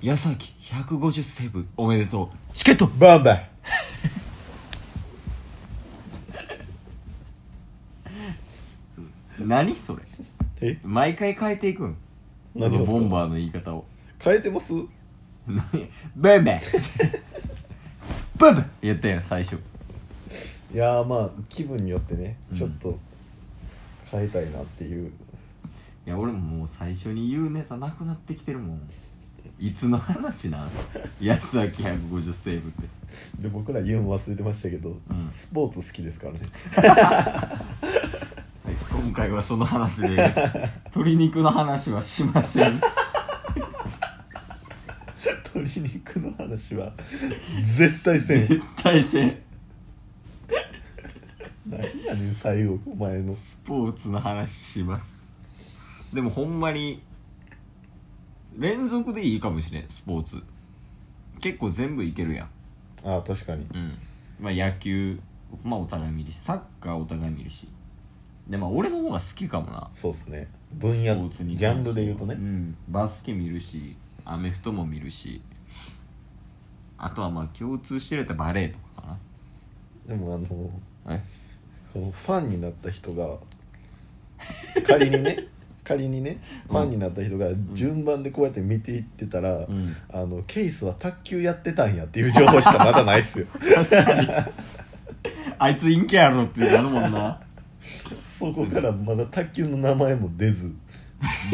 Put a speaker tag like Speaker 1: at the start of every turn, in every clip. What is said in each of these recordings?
Speaker 1: 矢崎150セーブおめでとうチケット
Speaker 2: バンバイ
Speaker 1: 何それ
Speaker 2: え
Speaker 1: 毎回変えていくんそ
Speaker 2: 何
Speaker 1: の
Speaker 2: がですか
Speaker 1: ボンバーの言い方を
Speaker 2: 変えてます
Speaker 1: 何ベンベン ベンベンやったやん最初
Speaker 2: いやーまあ気分によってねちょっと変えたいなっていう、
Speaker 1: いや俺ももう最初に言うネタなくなってきてるもんいつの話なん安崎150セーブって
Speaker 2: で僕ら言うの忘れてましたけど、
Speaker 1: うん
Speaker 2: スポーツ好きですからね
Speaker 1: はい、今回はその話で です鶏肉の話はしません
Speaker 2: 鶏肉の話は絶対せ ん
Speaker 1: 絶対せん
Speaker 2: 何やねん最後お前の
Speaker 1: スポーツの話しますでもほんまに連続でいいかもしれんスポーツ結構全部いけるやん
Speaker 2: ああ確かに
Speaker 1: うんまあ野球まあお互い見るしサッカーお互い見るしでまあ俺の方が好きかもな
Speaker 2: そうっすね分
Speaker 1: ス
Speaker 2: 野
Speaker 1: ポーツに関して
Speaker 2: ジャンルで言うとね、
Speaker 1: ん、バスケ見るしアメフトも見るしあとはまあ共通してるやつはバレエとかか
Speaker 2: でもあのこ
Speaker 1: なえ
Speaker 2: のファンになった人が仮に ね仮にねファンになった人が順番でこうやって見ていってたら、
Speaker 1: うん
Speaker 2: あのケイスは卓球やってたんやっていう情報しかまだないっすよ
Speaker 1: 確かに あいつ陰キャやろってなるもんな
Speaker 2: そこからまだ卓球の名前も出ず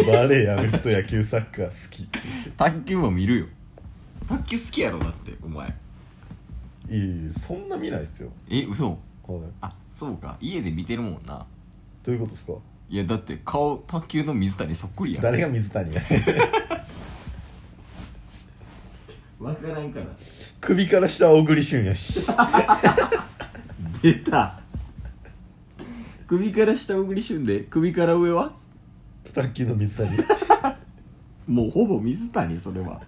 Speaker 2: バレーアメフト野球サッカー好きって
Speaker 1: 卓球も見るよ卓球好きやろだってお前
Speaker 2: 言っていえいえそんな見ないっすよ、
Speaker 1: え嘘
Speaker 2: はい、
Speaker 1: あそうか家で見てるもんな
Speaker 2: どういうことですか
Speaker 1: いやだって顔卓球の水谷そっくりやん
Speaker 2: 誰が水谷や
Speaker 1: 分からんから
Speaker 2: 首から下は小栗旬やし
Speaker 1: 出た首から下小栗旬で首から上は
Speaker 2: 卓球の水谷
Speaker 1: もうほぼ水谷それは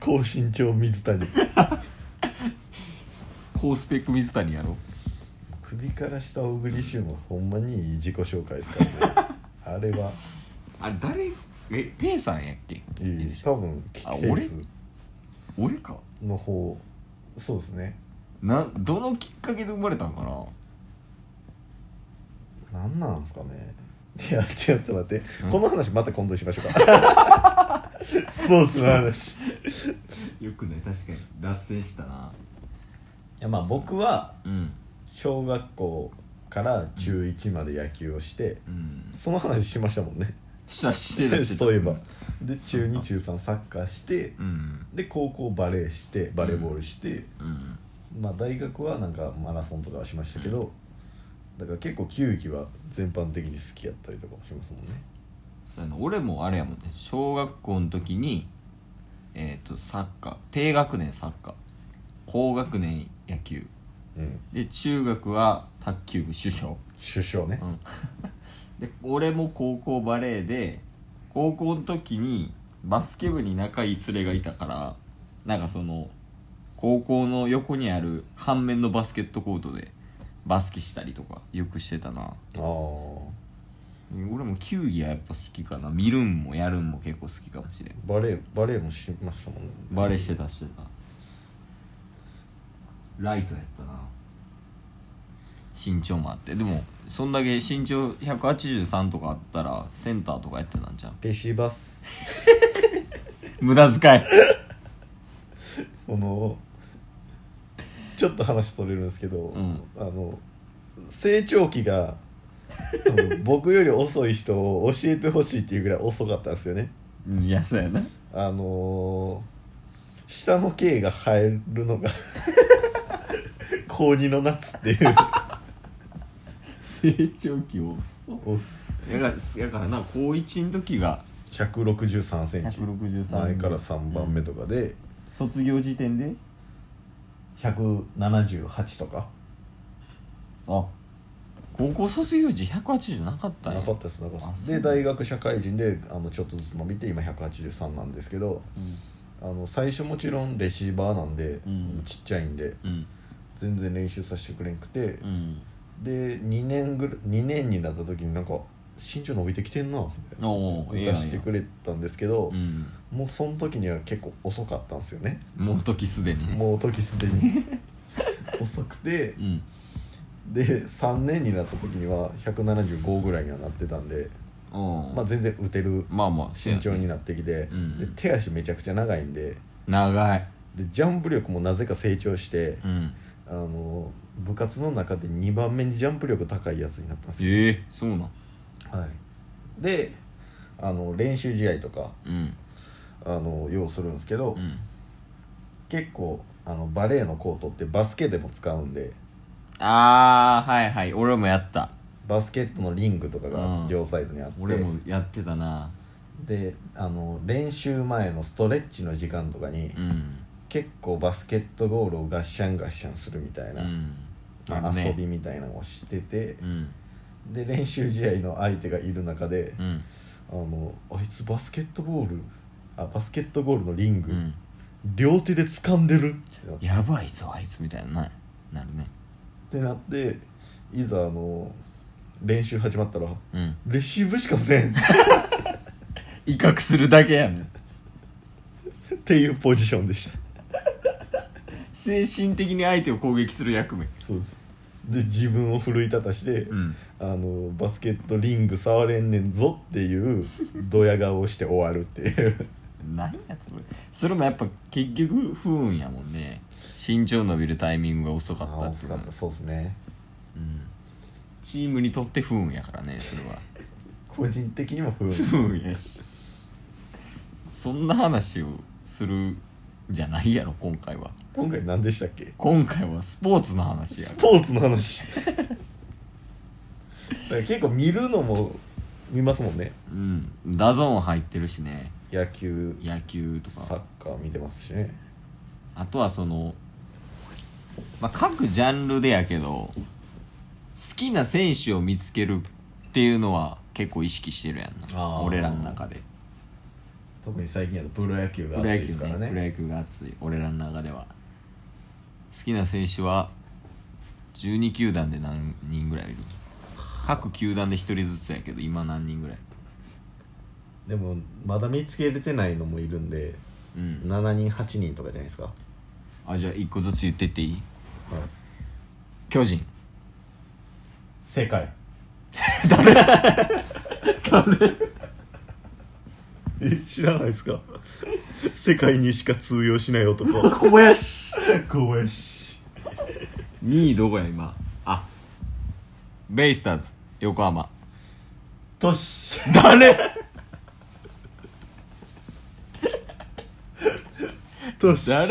Speaker 2: 高身長水谷
Speaker 1: 高スペック水谷やろ
Speaker 2: 首から下小栗旬はほんまにいい自己紹介ですからねあれは
Speaker 1: あれ誰えペイさんやっけ
Speaker 2: いい多分ケ
Speaker 1: あ
Speaker 2: ース
Speaker 1: 俺か
Speaker 2: の方そうですね
Speaker 1: などのきっかけで生まれたんかな
Speaker 2: なんなんですかねいやちょっと待って
Speaker 1: うん
Speaker 2: この話また今度しましょうか スポーツの話い
Speaker 1: よくね確かに脱線したな
Speaker 2: やまあ僕は
Speaker 1: うん
Speaker 2: 小学校から中1まで野球をして
Speaker 1: うん
Speaker 2: その話しましたもんね
Speaker 1: したしてたしてた
Speaker 2: そういえばで中2中3サッカーして
Speaker 1: うん
Speaker 2: で高校バレーしてバレーボールして、
Speaker 1: うん
Speaker 2: まあ大学はなんかマラソンとかはしましたけど、だから結構球技は全般的に好きやったりとかもしますもんね
Speaker 1: そうやな俺もあれやもんね小学校の時にえっ、とサッカー低学年サッカー高学年野球
Speaker 2: うん
Speaker 1: で中学は卓球部主将
Speaker 2: 首相ね
Speaker 1: う、ん で俺も高校バレーで高校の時にバスケ部に仲いい連れがいたからなんかその高校の横にある半面のバスケットコートでバスケしたりとかよくしてたな
Speaker 2: ああ
Speaker 1: 俺も球技はやっぱ好きかな見るんもやるんも結構好きかもしれん
Speaker 2: バレーバレーもしましたもんね
Speaker 1: バレーしてたしてたライトやったな身長もあってでもそんだけ身長183とかあったらセンターとかやってたんじゃん
Speaker 2: ペシバス
Speaker 1: 無駄遣い
Speaker 2: このちょっと話それるんですけど、
Speaker 1: ん
Speaker 2: あの成長期があ の僕より遅い人を教えてほしいっていうぐらい遅かったんですよね
Speaker 1: うんいやそうやな
Speaker 2: あのー、下の毛が生えるの が高2の夏っていう
Speaker 1: 成長期をやからやからな高1の時が
Speaker 2: 163センチ
Speaker 1: 163
Speaker 2: 前から3番目とかで
Speaker 1: 卒業時点で
Speaker 2: 178とか
Speaker 1: あ高校卒業時180なかったんや
Speaker 2: なかったですなかったで
Speaker 1: あ
Speaker 2: す
Speaker 1: そう
Speaker 2: で大学社会人であのちょっとずつ伸びて今183なんですけど
Speaker 1: うん
Speaker 2: あの最初もちろんレシーバーなんで、
Speaker 1: うん
Speaker 2: ちっちゃいんで
Speaker 1: うん
Speaker 2: 全然練習させてくれんくて
Speaker 1: う、ん
Speaker 2: で2年ぐる2年になった時になんか身長伸びてきてんなって
Speaker 1: おおええや
Speaker 2: 出
Speaker 1: ん
Speaker 2: して
Speaker 1: や
Speaker 2: くれたんですけど、
Speaker 1: うん
Speaker 2: もうその時には結構遅かったんですよね
Speaker 1: もう時すでにね
Speaker 2: もう時すでに 遅くて
Speaker 1: うん
Speaker 2: で3年になった時には175ぐらいにはなってたんで、
Speaker 1: おう
Speaker 2: まあ、全然打てる
Speaker 1: まあまあ
Speaker 2: 身長に
Speaker 1: な
Speaker 2: なってきて、
Speaker 1: うん
Speaker 2: で手足めちゃくちゃ長いんで
Speaker 1: 長い
Speaker 2: でジャンプ力もなぜか成長して、
Speaker 1: うん
Speaker 2: あの部活の中で2番目にジャンプ力高いやつになったんですよ、
Speaker 1: ええそうなん
Speaker 2: はい、であの練習試合とか
Speaker 1: うん
Speaker 2: あの要するんですけど、
Speaker 1: うん
Speaker 2: 結構あのバレーのコートってバスケでも使うんで
Speaker 1: ああはいはい俺もやった
Speaker 2: バスケットのリングとか
Speaker 1: う
Speaker 2: が
Speaker 1: ん
Speaker 2: 両サイドにあって、
Speaker 1: 俺もやってたな
Speaker 2: であの練習前のストレッチの時間とかに、
Speaker 1: うん
Speaker 2: 結構バスケットボールをガッシャンガッシャンするみたいうな、
Speaker 1: ん
Speaker 2: ま
Speaker 1: あ
Speaker 2: あ
Speaker 1: るね
Speaker 2: 遊びみたいなのをしてて
Speaker 1: う、ん
Speaker 2: で練習試合の相手がいる中で、
Speaker 1: うん
Speaker 2: あのあいつバスケットボールあバスケットゴールのリング、
Speaker 1: うん
Speaker 2: 両手で掴んでるってなって
Speaker 1: やばいぞあいつみたいなななるね
Speaker 2: ってなっていざあの練習始まったら
Speaker 1: うん
Speaker 2: レシーブしかせん っ
Speaker 1: 威嚇するだけやね
Speaker 2: ていうポジションでした
Speaker 1: 精神的に相手を攻撃する役目
Speaker 2: そうですで自分を奮い立たして、
Speaker 1: うん
Speaker 2: あのバスケットリング触れんねんぞっていうドヤ顔をして終わるっていう
Speaker 1: 何やそれそれもやっぱ結局不運やもんね身長伸びるタイミングが遅かった
Speaker 2: あー
Speaker 1: ってい
Speaker 2: 遅
Speaker 1: う
Speaker 2: か
Speaker 1: の
Speaker 2: ったそうですね
Speaker 1: うんチームにとって不運やからねそれは
Speaker 2: 個人的にも 不運
Speaker 1: 不運やしそんな話をするじゃないやろ今回は
Speaker 2: 今回何でしたっけ
Speaker 1: 今回はスポーツの話や
Speaker 2: スポーツの話だから結構見るのも見ますもんね
Speaker 1: うんダゾーン入ってるしね
Speaker 2: 野球
Speaker 1: 野球と
Speaker 2: サ
Speaker 1: か
Speaker 2: ッカー見てますしね
Speaker 1: あとはその、まあ、各ジャンルでやけど好きな選手を見つけるっていうのは結構意識してるやん
Speaker 2: あ
Speaker 1: な
Speaker 2: ー
Speaker 1: 俺らの中で
Speaker 2: 特に最近やとプロ野球
Speaker 1: プ
Speaker 2: が
Speaker 1: ロ
Speaker 2: 熱
Speaker 1: 野
Speaker 2: いで
Speaker 1: 球
Speaker 2: すか
Speaker 1: ね
Speaker 2: らね
Speaker 1: プロ野球が熱い俺らの中では好きな選手は12球団で何人ぐらいいる各球団で1人ずつやけど今何人ぐらい
Speaker 2: でもまだ見つけれてないのもいるんで
Speaker 1: うん
Speaker 2: 7人8人とかじゃないですか、は
Speaker 1: あじゃあ1個ずつ言ってっていい
Speaker 2: い、
Speaker 1: 巨人
Speaker 2: 正解誰誰え知らないですか世界にしか通用しない男
Speaker 1: 小 林
Speaker 2: 小林
Speaker 1: 2位どこや今あベイスターズ横浜
Speaker 2: トシ
Speaker 1: 誰
Speaker 2: トシ
Speaker 1: 誰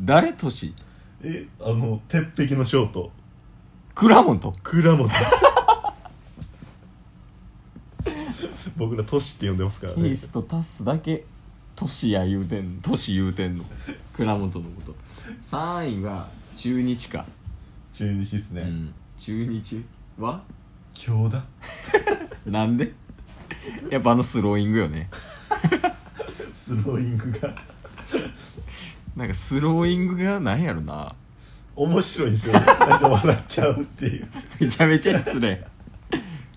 Speaker 1: 誰とし
Speaker 2: えあの鉄壁のショート
Speaker 1: 倉本
Speaker 2: 倉 本僕らトシって呼んでますから
Speaker 1: ケー
Speaker 2: ね
Speaker 1: スとタスだけトシや言うてんのトシ言うてんの倉本のこと3位は中日か、
Speaker 2: 中日っすね
Speaker 1: うん中日は
Speaker 2: 強打
Speaker 1: なんでやっぱあのスローイングよね
Speaker 2: スローイングが
Speaker 1: なんかスローイングがなんやろな
Speaker 2: 面白いんですよねなんか笑っちゃうっていう
Speaker 1: めちゃめちゃ失礼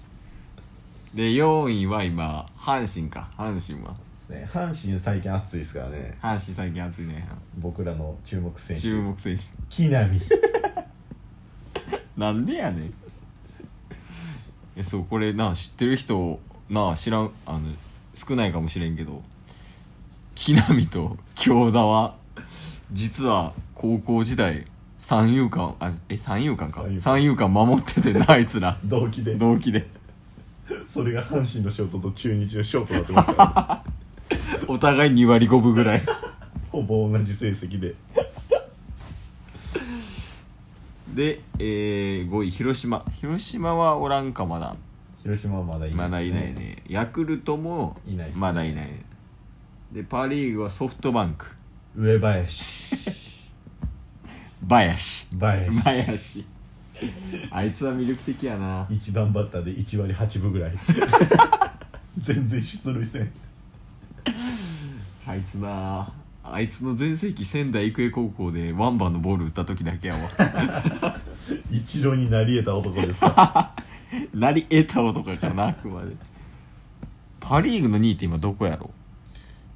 Speaker 1: で4位は今阪神か阪神は
Speaker 2: ですね阪神最近熱いですからね
Speaker 1: 阪神最近熱いね
Speaker 2: 僕らの注目選手
Speaker 1: 注目選手
Speaker 2: 木浪
Speaker 1: なんでやねん えそうこれな知ってる人な知らんあの少ないかもしれんけど木浪と京田は実は高校時代三遊間あえ三遊間か
Speaker 2: 三遊間
Speaker 1: 三遊間守っててなあいつら
Speaker 2: 同期で
Speaker 1: 同期で
Speaker 2: それが阪神のショートと中日のショートになってます から、
Speaker 1: お互い2割5分ぐらい
Speaker 2: ほぼ同じ成績で
Speaker 1: で、えー、5位広島広島はおらんかまだ
Speaker 2: 広島はまだいない
Speaker 1: まだいないねヤクルトも
Speaker 2: いないっすね
Speaker 1: まだいないねでパ・リーグはソフトバンク
Speaker 2: 上林
Speaker 1: 林
Speaker 2: 林
Speaker 1: 林あいつは魅力的やな
Speaker 2: 一番バッターで1割8分ぐらい全然出塁せん
Speaker 1: あいつなあいつの全盛期仙台育英高校でワン バンのボール打った時だけやわ
Speaker 2: 一郎になり得た男ですから
Speaker 1: なり得た男やからなあくまでパ・リーグの2位って今どこやろ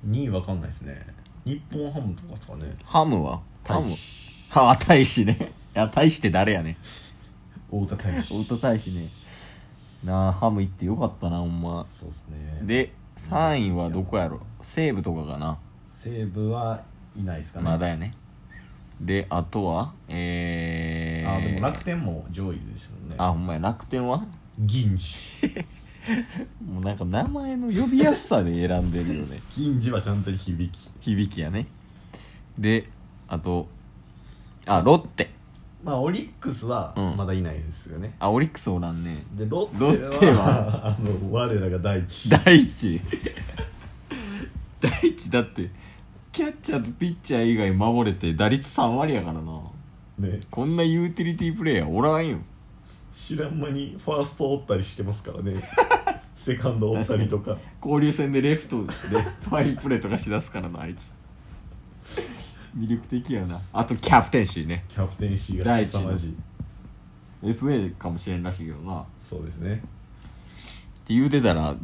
Speaker 2: 2位わかんないですね日本ハムとかですかね
Speaker 1: ハムはハム
Speaker 2: 大使
Speaker 1: はあ大使ねいや大使って誰やねん
Speaker 2: 太田大使
Speaker 1: オート大使ねなあハム行ってよかったなほんま
Speaker 2: そうですね
Speaker 1: で3位はどこやろ西武とかかな
Speaker 2: 西武はいないですかね
Speaker 1: まだやねであとはえー、
Speaker 2: あでも楽天も上位ですよね
Speaker 1: あほんまや楽天は
Speaker 2: 銀次
Speaker 1: もうなんか名前の呼びやすさで選んでるよね
Speaker 2: 銀次は完全に響き
Speaker 1: 響きやねであとあロッテ
Speaker 2: まあオリックスは
Speaker 1: うん
Speaker 2: まだいないですよね、
Speaker 1: あオリックスおらんね
Speaker 2: でロッ
Speaker 1: ロッテ
Speaker 2: テは あの我らが第一
Speaker 1: 大地 大地だってキャッチャーとピッチャー以外守れて打率3割やからな
Speaker 2: ね
Speaker 1: こんなユーティリティプレイヤーおらんよ
Speaker 2: 知らん間にファーストおったりしてますからねセカンドおったりとか
Speaker 1: 交流戦でレフトでファインプレーとかしだすからなあいつ 魅力的やなあとキャプテンシーね
Speaker 2: キャプテンシーが
Speaker 1: 第一
Speaker 2: 凄まじい
Speaker 1: FA かもしれんらしいけどなっ
Speaker 2: そうですね
Speaker 1: て言うてたら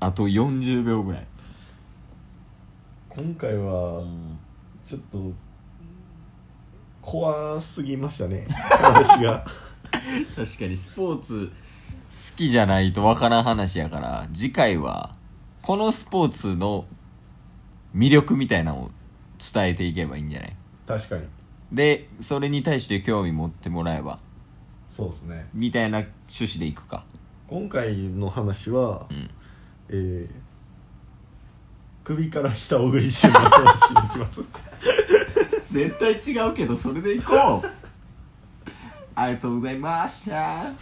Speaker 1: あと40秒ぐらい
Speaker 2: 今回はちょっと怖すぎましたね話が
Speaker 1: 確かにスポーツ好きじゃないとわからん話やから次回はこのスポーツの魅力みたいなのを伝えていけばいいんじゃない
Speaker 2: 確かに
Speaker 1: でそれに対して興味持ってもらえば
Speaker 2: そうですね
Speaker 1: みたいな趣旨でいくか
Speaker 2: 今回の話は、
Speaker 1: うん
Speaker 2: えー首から下小栗旬の話にします
Speaker 1: 絶対違うけどそれでいこうありがとうございました